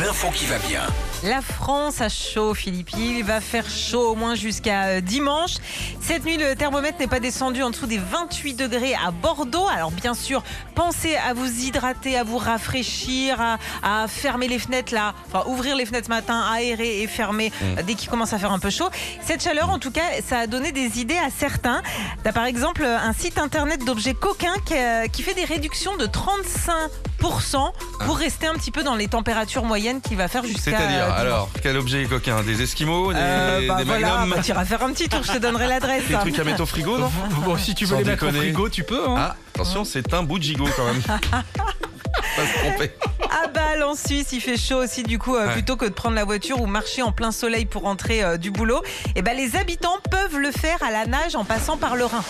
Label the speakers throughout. Speaker 1: L'info qui va bien.
Speaker 2: La France a chaud, Philippe. Il va faire chaud au moins jusqu'à euh, dimanche. Cette nuit, le thermomètre n'est pas descendu en dessous des 28 degrés à Bordeaux. Alors bien sûr, pensez à vous hydrater, à vous rafraîchir, à, à fermer les fenêtres là, enfin ouvrir les fenêtres ce matin, aérer et fermer euh, dès qu'il commence à faire un peu chaud. Cette chaleur, en tout cas, ça a donné des idées à certains. T'as par exemple euh, un site internet d'objets coquins qui, euh, qui fait des réductions de 35 pour rester un petit peu dans les températures moyennes qu'il va faire jusqu'à
Speaker 3: C'est-à-dire,
Speaker 2: euh,
Speaker 3: alors, quel objet est coquin Des esquimaux Des,
Speaker 2: euh, bah
Speaker 3: des
Speaker 2: voilà,
Speaker 3: magnums
Speaker 2: bah, t'iras faire un petit tour, je te donnerai l'adresse.
Speaker 3: Des trucs à mettre au frigo, non
Speaker 4: Bon, si tu veux
Speaker 3: Sans
Speaker 4: les mettre au
Speaker 3: déconner.
Speaker 4: frigo, tu peux. Hein.
Speaker 3: Ah, attention, c'est un bout de gigot quand même. Pas se tromper.
Speaker 2: À Bâle en Suisse, il fait chaud aussi du coup euh,
Speaker 3: Ouais.
Speaker 2: plutôt que de prendre la voiture ou marcher en plein soleil pour rentrer euh, du boulot. Et ben les habitants peuvent le faire à la nage en passant par le Rhin.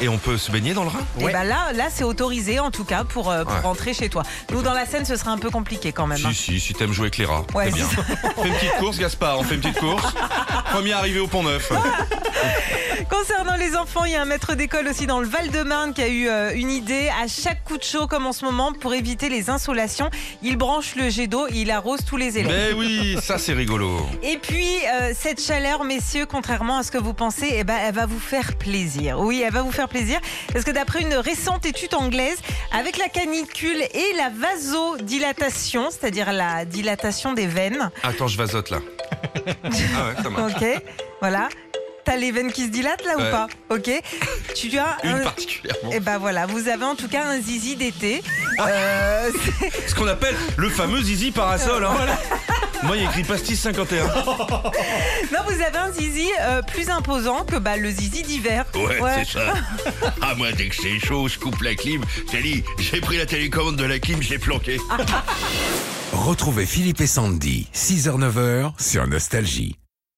Speaker 3: Et on peut se baigner dans le Rhin
Speaker 2: Et ben là, là c'est autorisé en tout cas pour, euh, pour
Speaker 3: Ouais.
Speaker 2: rentrer chez toi. Nous dans la Seine, ce serait un peu compliqué quand même. hein.
Speaker 3: Si, si, si t'aimes jouer avec les rats.
Speaker 2: Ouais,
Speaker 3: c'est bien.
Speaker 2: c'est
Speaker 3: Fais une petite course, Gaspard, on fait une petite course. Premier arrivé au Pont-Neuf.
Speaker 2: Concernant les enfants, il y a un maître d'école aussi dans le Val-de-Marne qui a eu euh, une idée. À chaque coup de chaud, comme en ce moment, pour éviter les insolations, il branche le jet d'eau et il arrose tous les élèves.
Speaker 3: Ben oui, ça c'est rigolo.
Speaker 2: Et puis, euh, cette chaleur, messieurs, contrairement à ce que vous pensez, eh ben, elle va vous faire plaisir. Oui, elle va vous faire plaisir. Parce que d'après une récente étude anglaise, avec la canicule et la vasodilatation, c'est-à-dire la dilatation des veines,
Speaker 3: Attends, je vasote là. Ah ouais, ça marche.
Speaker 2: ok, voilà. T'as les veines qui se dilatent là ou
Speaker 3: Ouais.
Speaker 2: pas Ok. Tu as
Speaker 3: Une
Speaker 2: un-
Speaker 3: particulièrement.
Speaker 2: Et ben voilà, vous avez en tout cas un zizi d'été. Euh, c'est-
Speaker 3: Ce qu'on appelle le fameux zizi parasol. hein. Moi, il y a écrit pastis 51.
Speaker 2: non, vous avez un zizi euh, plus imposant que bah, le zizi d'hiver.
Speaker 5: Ouais, c'est ça. Ah, moi, dès que c'est chaud, je coupe la clim. T'as dit, j'ai pris la télécommande de la clim, je l'ai planquée.
Speaker 1: Retrouvez Philippe et Sandy, 6h-9h sur Nostalgie.